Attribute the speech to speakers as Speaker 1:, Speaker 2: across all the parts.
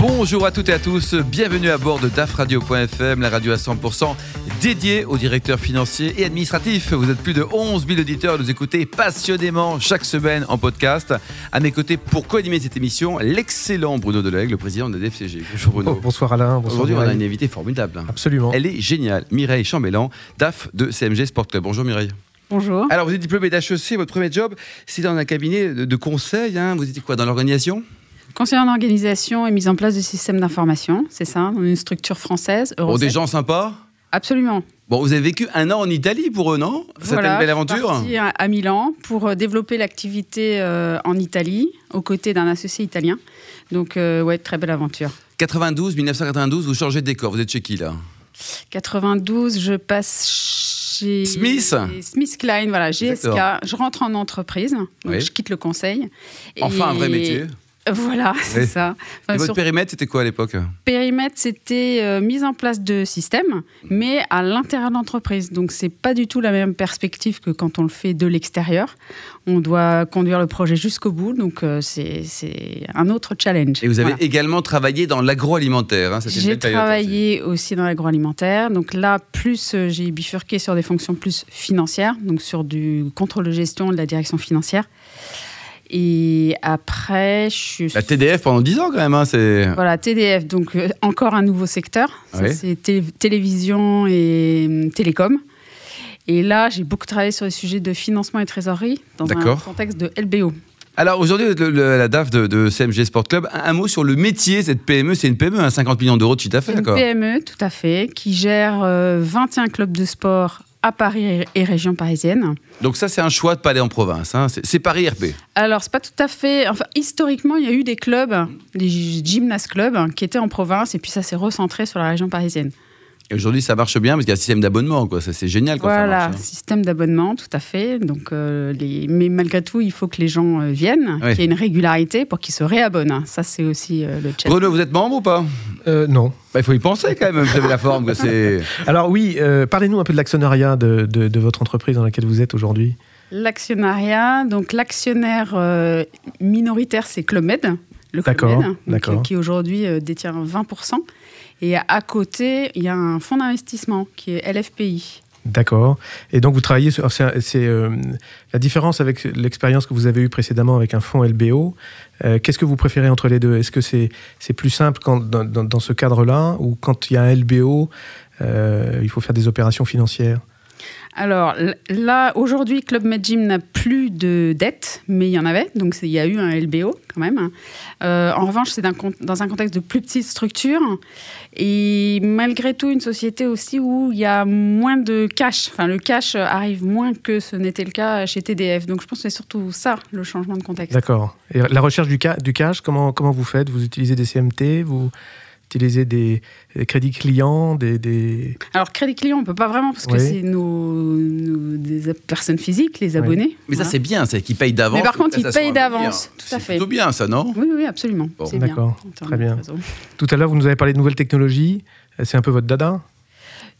Speaker 1: Bonjour à toutes et à tous, bienvenue à bord de dafradio.fm, la radio à 100% dédiée aux directeurs financiers et administratifs. Vous êtes plus de 11 000 auditeurs, nous écoutez passionnément chaque semaine en podcast. À mes côtés, pour co-animer cette émission, l'excellent Bruno Delaigle, le président de la DFCG. Bonjour Bruno.
Speaker 2: Oh, bonsoir Alain. Bonsoir
Speaker 1: Aujourd'hui, on a
Speaker 2: Mireille. Ah,
Speaker 1: une invitée formidable.
Speaker 2: Absolument.
Speaker 1: Elle est géniale, Mireille Chambellan, DAF de CMG Sport Club. Bonjour Mireille.
Speaker 3: Bonjour.
Speaker 1: Alors, vous êtes diplômée d'HEC, votre premier job, c'est dans un cabinet de, de conseil. hein. Vous étiez quoi, dans l'organisation
Speaker 3: Conseiller en organisation et mise en place du système d'information, c'est ça, dans une structure française.
Speaker 1: Bon,
Speaker 3: Eurocep.
Speaker 1: Oh, des gens sympas
Speaker 3: Absolument.
Speaker 1: Bon, vous avez vécu un an en Italie pour eux, non C'était
Speaker 3: Voilà,
Speaker 1: une belle
Speaker 3: Je suis
Speaker 1: aventure
Speaker 3: partie à- à Milan pour euh, développer l'activité euh, en Italie, aux côtés d'un associé italien. Donc, euh, ouais, très belle aventure.
Speaker 1: 92, 1992, vous changez de décor, vous êtes chez qui là
Speaker 3: 92, je passe chez
Speaker 1: Smith
Speaker 3: Smith Klein, voilà, GSK.
Speaker 1: D'accord.
Speaker 3: Je rentre en entreprise, donc
Speaker 1: Oui.
Speaker 3: je quitte le conseil.
Speaker 1: Enfin
Speaker 3: Et-
Speaker 1: un vrai métier.
Speaker 3: Voilà, c'est
Speaker 1: Oui.
Speaker 3: ça. Enfin,
Speaker 1: Et votre
Speaker 3: sur-
Speaker 1: périmètre, c'était quoi à l'époque
Speaker 3: périmètre, c'était euh, mise en place de systèmes, mais à l'intérieur de l'entreprise. Donc, c'est pas du tout la même perspective que quand on le fait de l'extérieur. On doit conduire le projet jusqu'au bout, donc euh, c'est c'est un autre challenge.
Speaker 1: Et vous avez
Speaker 3: Voilà.
Speaker 1: également travaillé dans l'agroalimentaire. hein, c'était une
Speaker 3: J'ai
Speaker 1: belle période, aussi.
Speaker 3: travaillé aussi dans l'agroalimentaire. Donc là, plus euh, j'ai bifurqué sur des fonctions plus financières, donc sur du contrôle de gestion de la direction financière. Et après, je suis
Speaker 1: La TDF pendant 10 ans quand même, hein, c'est...
Speaker 3: Voilà, TDF, donc euh, encore un nouveau secteur. Ça,
Speaker 1: Oui.
Speaker 3: C'est télé- télévision et hum, télécom. Et là, j'ai beaucoup travaillé sur les sujets de financement et trésorerie dans un
Speaker 1: D'accord.
Speaker 3: contexte de LBO.
Speaker 1: Alors aujourd'hui, vous êtes le- le- la DAF de, de CMG Sport Club, un, un mot sur le métier, cette PME, c'est une PME, hein, 50 millions d'euros de chiffre d'affaires,
Speaker 3: Une
Speaker 1: d'accord
Speaker 3: PME, tout à fait, qui gère euh, 21 clubs de sport à Paris et- et région parisienne.
Speaker 1: Donc ça, c'est un choix de pas aller en province, hein, c'est c'est Paris RP.
Speaker 3: Alors, c'est pas tout à fait. Enfin, historiquement, il y a eu des clubs, des gymnases clubs, hein, qui étaient en province, et puis ça s'est recentré sur la région parisienne.
Speaker 1: Et aujourd'hui, ça marche bien parce qu'il y a un système d'abonnement, quoi, ça, c'est génial quand ça
Speaker 3: Voilà,
Speaker 1: marche. hein.
Speaker 3: système d'abonnement, tout à fait. Donc, euh, les... Mais malgré tout, il faut que les gens euh, viennent,
Speaker 1: Oui.
Speaker 3: qu'il y ait une régularité pour qu'ils se réabonnent. hein. Ça, c'est aussi euh, le challenge.
Speaker 1: hein. Bruno, vous êtes membre ou pas
Speaker 2: Euh, non.
Speaker 1: Bah, Il faut y penser quand même, vous avez la forme, quoi, c'est...
Speaker 2: Alors oui, euh, parlez-nous un peu de l'actionnariat de, de- de votre entreprise dans laquelle vous êtes aujourd'hui.
Speaker 3: L'actionnariat, donc l'actionnaire euh, minoritaire, c'est Club Med. Le Club
Speaker 2: D'accord,
Speaker 3: Med, donc,
Speaker 2: d'accord.
Speaker 3: euh, qui aujourd'hui euh, détient 20%. Et à côté, il y a un fonds d'investissement qui est LFPI.
Speaker 2: D'accord. Et donc vous travaillez sur... c'est un- C'est euh, la différence avec l'expérience que vous avez eue précédemment avec un fonds LBO. euh, Qu'est-ce que vous préférez entre les deux Est-ce que c'est c'est plus simple quand, dans, dans- dans ce cadre-là ou quand il y a un LBO, euh, il faut faire des opérations financières
Speaker 3: Alors l- là, aujourd'hui, Club Med Gym n'a plus de dette, mais il y en avait, donc c'est- il y a eu un LBO quand même. Euh, en revanche, c'est d'un con- dans un contexte de plus petite structure et malgré tout une société aussi où il y a moins de cash. Enfin, le cash arrive moins que ce n'était le cas chez TDF. Donc je pense que c'est surtout ça, le changement de contexte.
Speaker 2: D'accord. Et la recherche du, ca- du cash, comment, comment vous faites Vous utilisez des CMT Vous utilisez des, des crédits clients des, des...
Speaker 3: Alors crédit client, on peut pas vraiment parce que
Speaker 2: Oui.
Speaker 3: c'est nos, nos- des personnes physiques, les abonnés.
Speaker 1: Mais ça,
Speaker 3: Voilà.
Speaker 1: c'est bien, c'est qu'ils payent d'avance.
Speaker 3: Mais par contre,
Speaker 1: les
Speaker 3: ils payent
Speaker 1: prestations à venir.
Speaker 3: d'avance, tout à
Speaker 1: C'est
Speaker 3: fait.
Speaker 1: plutôt bien, ça, non
Speaker 3: oui, oui, absolument.
Speaker 1: Bon.
Speaker 3: C'est bien.
Speaker 2: D'accord,
Speaker 3: En termes
Speaker 2: très
Speaker 3: de
Speaker 2: bien.
Speaker 3: trésor.
Speaker 2: Tout à l'heure, vous nous avez parlé de nouvelles technologies. Euh, C'est un peu votre dada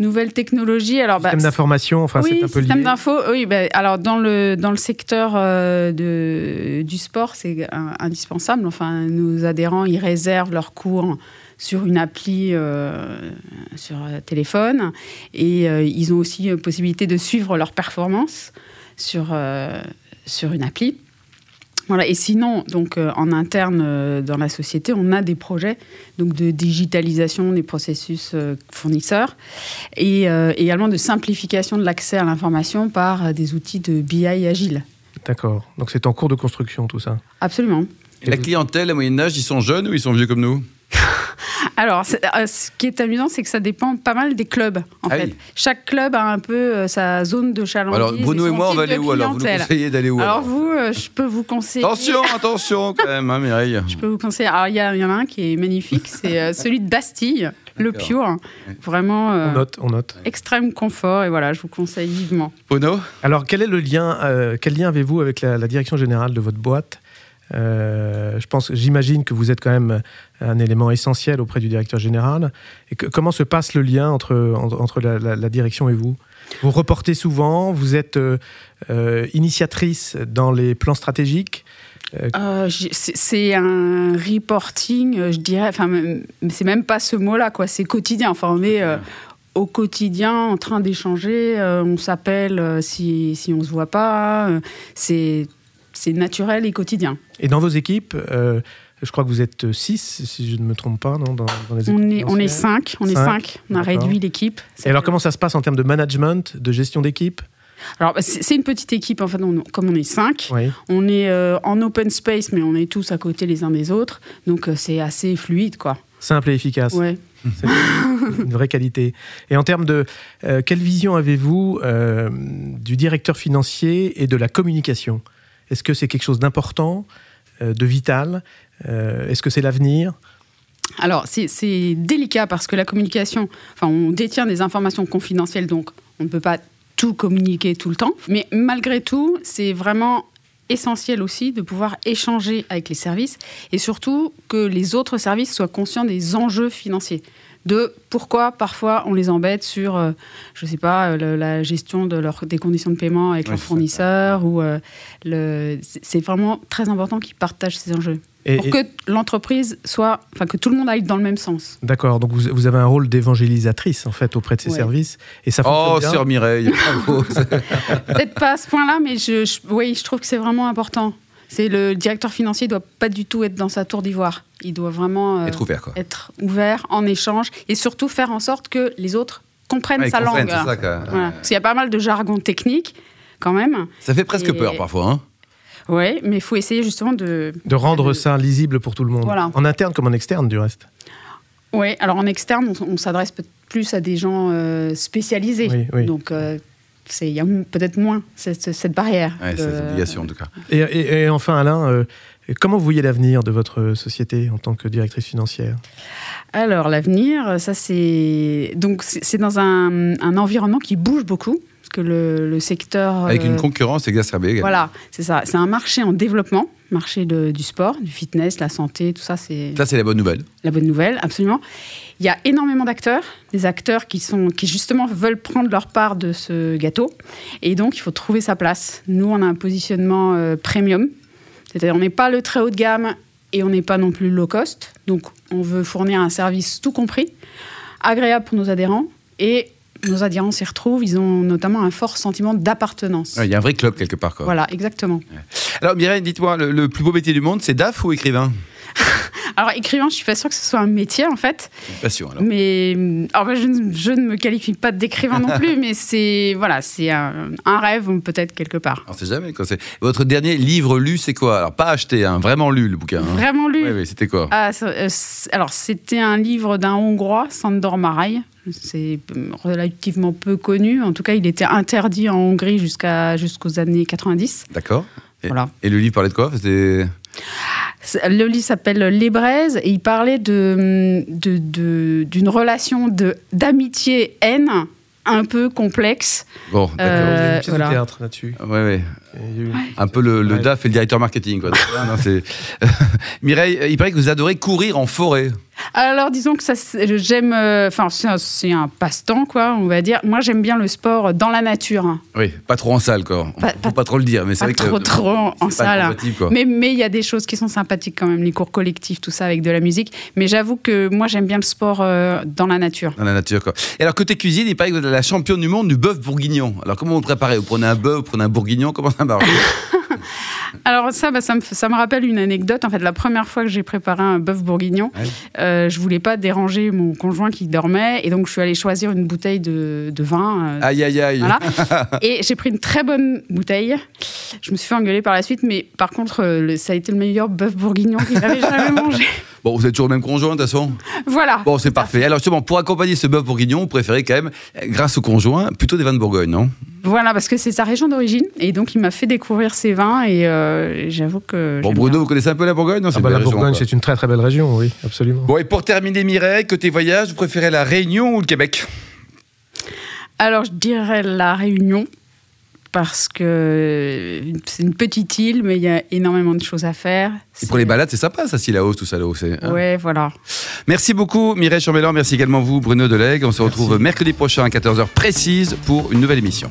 Speaker 3: Nouvelles technologies. Alors, bah,
Speaker 2: Système d'information, enfin,
Speaker 3: oui,
Speaker 2: c'est un peu
Speaker 3: système
Speaker 2: lié.
Speaker 3: d'info. Oui, bah, alors dans le dans le secteur euh, de, du sport, c'est un- indispensable. Enfin, nos adhérents, ils réservent leurs cours sur une appli euh, sur euh, téléphone et euh, ils ont aussi euh, possibilité de suivre leurs performances sur euh, sur une appli. Voilà. Et sinon, donc euh, en interne euh, dans la société, on a des projets donc de digitalisation des processus euh, fournisseurs et euh, également de simplification de l'accès à l'information par euh, des outils de BI agile.
Speaker 2: D'accord. Donc c'est en cours de construction, tout ça.
Speaker 3: Absolument.
Speaker 1: La clientèle, à Moyen-Âge, ils sont jeunes ou ils sont vieux comme nous
Speaker 3: Alors, c'est- euh, ce qui est amusant, c'est que ça dépend pas mal des clubs, en
Speaker 1: Ah
Speaker 3: fait.
Speaker 1: oui.
Speaker 3: Chaque club a un peu euh, sa zone de challenge.
Speaker 1: Alors, Bruno et moi, on va aller où alors Vous nous conseillez d'aller où
Speaker 3: Alors,
Speaker 1: alors
Speaker 3: vous, euh, je peux vous conseiller...
Speaker 1: Attention, attention quand même, hein, Mireille.
Speaker 3: Je peux vous conseiller. Alors, il y, a- il y en a un qui est magnifique, c'est euh, celui de Bastille, le
Speaker 1: D'accord.
Speaker 3: Pure.
Speaker 1: Ouais.
Speaker 3: Vraiment euh,
Speaker 2: On note, on note.
Speaker 3: extrême confort, et voilà, je vous conseille vivement.
Speaker 1: Bruno
Speaker 2: Alors, quel est le lien euh, Quel lien avez-vous avec la, la direction générale de votre boîte Euh, je pense, j'imagine que vous êtes quand même euh, un élément essentiel auprès du directeur général. Et que, comment se passe le lien entre, entre la, la, la direction et vous Vous reportez souvent, vous êtes euh, euh, initiatrice dans les plans stratégiques.
Speaker 3: Euh, j'ai- c'est- c'est un reporting, euh, je dirais, enfin, même- c'est même pas ce mot-là, quoi, c'est quotidien. Enfin, on est euh, au quotidien en train d'échanger, euh, on s'appelle euh, si, si on se voit pas, euh, c'est c'est naturel et quotidien.
Speaker 2: Et dans vos équipes, euh, je crois que vous êtes 6, si je ne me trompe pas, non, dans, dans les
Speaker 3: On
Speaker 2: équipes
Speaker 3: est, on est
Speaker 2: financières.
Speaker 3: cinq, on est
Speaker 2: Cinq,
Speaker 3: cinq, on a
Speaker 2: d'accord.
Speaker 3: réduit l'équipe.
Speaker 2: Et alors, comment ça se passe en termes de management, de gestion d'équipe
Speaker 3: Alors, bah, c'est c'est une petite équipe, enfin, on- comme on est cinq,
Speaker 2: Oui.
Speaker 3: on est euh, en open space, mais on est tous à côté les uns des autres, donc euh, c'est assez fluide, quoi.
Speaker 2: Simple et efficace.
Speaker 3: Ouais.
Speaker 2: une vraie qualité. Et en termes de euh, quelle vision avez-vous euh, du directeur financier et de la communication Est-ce que c'est quelque chose d'important, euh, de vital Euh, Est-ce que c'est l'avenir
Speaker 3: Alors, c'est- c'est délicat parce que la communication, enfin, on détient des informations confidentielles, donc on ne peut pas tout communiquer tout le temps. Mais malgré tout, c'est vraiment essentiel aussi de pouvoir échanger avec les services et surtout que les autres services soient conscients des enjeux financiers. De pourquoi parfois on les embête sur, euh, je ne sais pas, euh, le- la gestion de leur, des conditions de paiement avec
Speaker 1: Ouais,
Speaker 3: leurs
Speaker 1: c'est ça.
Speaker 3: fournisseurs. ou, euh, le- C'est c'est vraiment très important qu'ils partagent ces enjeux
Speaker 2: Et-
Speaker 3: pour
Speaker 2: et-
Speaker 3: que l'entreprise soit, enfin que tout le monde aille dans le même sens.
Speaker 2: D'accord, donc vous, vous avez un rôle d'évangélisatrice en fait auprès de ces
Speaker 3: Ouais.
Speaker 2: services et ça fonctionne
Speaker 1: Oh,
Speaker 2: bien.
Speaker 1: sœur Mireille, bravo.
Speaker 3: Peut-être pas à ce point-là, mais je, je- oui, je trouve que c'est vraiment important. C'est le directeur financier il doit pas du tout être dans sa tour d'ivoire. Il doit vraiment euh,
Speaker 1: Être ouvert, quoi.
Speaker 3: être ouvert, en échange et surtout faire en sorte que les autres comprennent
Speaker 1: Ouais,
Speaker 3: sa
Speaker 1: ils comprennent,
Speaker 3: langue.
Speaker 1: c'est ça, quoi.
Speaker 3: Voilà. Parce qu'il y a pas mal de jargon technique quand même.
Speaker 1: Ça fait presque
Speaker 3: Et-
Speaker 1: peur parfois. Hein.
Speaker 3: Oui, mais il faut essayer justement de.
Speaker 2: De rendre ça lisible pour tout le monde,
Speaker 3: Voilà.
Speaker 2: en interne comme en externe du reste.
Speaker 3: Oui, alors en externe, on, on s'adresse peut-être plus à des gens euh, spécialisés.
Speaker 2: Oui, oui.
Speaker 3: Donc euh, c'est- il y a m- peut-être moins cette, cette barrière.
Speaker 1: Ouais, c'est
Speaker 3: Euh,
Speaker 1: une obligation en tout cas.
Speaker 2: Et, et- et enfin Alain, euh, comment vous voyez l'avenir de votre société en tant que directrice financière
Speaker 3: Alors, l'avenir, ça c'est. Donc, c'est c'est dans un, un environnement qui bouge beaucoup, parce que le, le secteur.
Speaker 1: Avec une
Speaker 3: euh,
Speaker 1: concurrence exacerbée. également.
Speaker 3: Voilà, c'est ça. C'est un marché en développement, marché de- du sport, du fitness, la santé, tout ça, c'est
Speaker 1: Ça, c'est la bonne nouvelle.
Speaker 3: la bonne nouvelle, absolument. Il y a énormément d'acteurs, des acteurs qui, sont, qui justement veulent prendre leur part de ce gâteau. Et donc, il faut trouver sa place. Nous, on a un positionnement euh, premium, c'est-à-dire on n'est pas le très haut de gamme et on n'est pas non plus low cost. Donc, on veut fournir un service tout compris, agréable pour nos adhérents. Et nos adhérents s'y retrouvent, ils ont notamment un fort sentiment d'appartenance.
Speaker 1: Ouais, Il y a un vrai club quelque part. Quoi.
Speaker 3: Voilà, exactement.
Speaker 1: Alors, Mireille, dites-moi, le, le plus beau métier du monde, c'est DAF ou écrivain
Speaker 3: Alors, écrivain, je suis pas sûre que ce soit un métier, en fait.
Speaker 1: Passion, alors.
Speaker 3: Mais euh, alors, moi, je, ne- je ne me qualifie pas d'écrivain non plus, mais c'est voilà, c'est un, un rêve peut-être quelque part.
Speaker 1: On sait jamais. Quoi. C'est- Votre dernier livre lu, c'est quoi Alors, pas acheté, hein, vraiment lu le bouquin. hein.
Speaker 3: Vraiment lu.
Speaker 1: Oui, oui, c'était quoi
Speaker 3: Ah, ça, euh, c'est- alors c'était un livre d'un Hongrois, Sandor Marai. C'est euh, relativement peu connu. En tout cas, il était interdit en Hongrie jusqu'à jusqu'aux années 90.
Speaker 1: D'accord. Et,
Speaker 3: Voilà.
Speaker 1: et le livre parlait de quoi C'était
Speaker 3: C'est- Le livre s'appelle Les braises et il parlait de de- de- d'une relation de d'amitié haine un peu complexe.
Speaker 1: bon, d'accord.
Speaker 3: Euh,
Speaker 2: Il y a eu une pièce
Speaker 3: voilà.
Speaker 2: de théâtre là-dessus.
Speaker 3: Euh.
Speaker 1: Ouais, ouais.
Speaker 2: Il y a eu une-
Speaker 1: Un peu le, le
Speaker 2: Ouais.
Speaker 1: DAF et le directeur marketing. Quoi. Non, c'est- Mireille, euh, il paraît que vous adorez courir en forêt.
Speaker 3: Alors, disons que ça, c'est- j'aime. euh, Enfin, c'est un- c'est un, passe-temps, quoi, on va dire. Moi, j'aime bien le sport dans la nature. hein.
Speaker 1: Oui, pas trop en salle, quoi. On
Speaker 3: Pas-
Speaker 1: peut
Speaker 3: pas-
Speaker 1: pas trop le dire, mais c'est
Speaker 3: Pas
Speaker 1: vrai que.
Speaker 3: trop, trop en, en
Speaker 1: c'est pas
Speaker 3: salle. hein.
Speaker 1: compatible, quoi.
Speaker 3: Mais mais il y a des choses qui sont sympathiques quand même, les cours collectifs, tout ça, avec de la musique. Mais j'avoue que moi, j'aime bien le sport euh, dans la nature.
Speaker 1: Dans la nature, quoi. Et alors, côté cuisine, il paraît que vous êtes la championne du monde du bœuf bourguignon. Alors, comment vous le préparez Vous prenez un bœuf, vous prenez un bourguignon, comment ça marche
Speaker 3: Alors ça, bah, ça, me, f- ça me rappelle une anecdote. En fait, la première fois que j'ai préparé un bœuf bourguignon,
Speaker 1: Ouais.
Speaker 3: euh, je voulais pas déranger mon conjoint qui dormait, et donc je suis allée choisir une bouteille de, de vin euh,
Speaker 1: Aïe, aïe, aïe.
Speaker 3: Voilà. Et j'ai pris une très bonne bouteille. Je me suis fait engueuler par la suite, mais par contre, euh, le- ça a été le meilleur bœuf bourguignon que j'avais jamais mangé.
Speaker 1: Bon, vous êtes toujours le même conjoint, de toute façon
Speaker 3: Voilà.
Speaker 1: Bon, c'est parfait. Alors, justement, pour accompagner ce bœuf bourguignon, vous préférez quand même, euh, grâce au conjoint, plutôt des vins de Bourgogne, non
Speaker 3: Voilà, parce que c'est sa région d'origine. Et donc, il m'a fait découvrir ses vins. Et euh, j'avoue que.
Speaker 1: Bon,
Speaker 3: j'aime
Speaker 1: Bruno,
Speaker 3: bien.
Speaker 1: vous connaissez un peu la Bourgogne non,
Speaker 2: Ah
Speaker 1: une
Speaker 2: bah, la
Speaker 1: belle région,
Speaker 2: Bourgogne,
Speaker 1: quoi.
Speaker 2: c'est une très très belle région, oui, absolument.
Speaker 1: Bon, et pour terminer, Mireille, côté voyage, vous préférez la Réunion ou le Québec
Speaker 3: Alors, je dirais la Réunion. parce que c'est une petite île, mais il y a énormément de choses à faire.
Speaker 1: Et pour les balades, c'est sympa, ça, si la hausse, tout ça, la hausse. c'est- hein.
Speaker 3: Ouais, voilà.
Speaker 1: Merci beaucoup, Mireille Chambellan. Merci également vous, Bruno Delègue. On se retrouve mercredi prochain à 14h précise pour une nouvelle émission.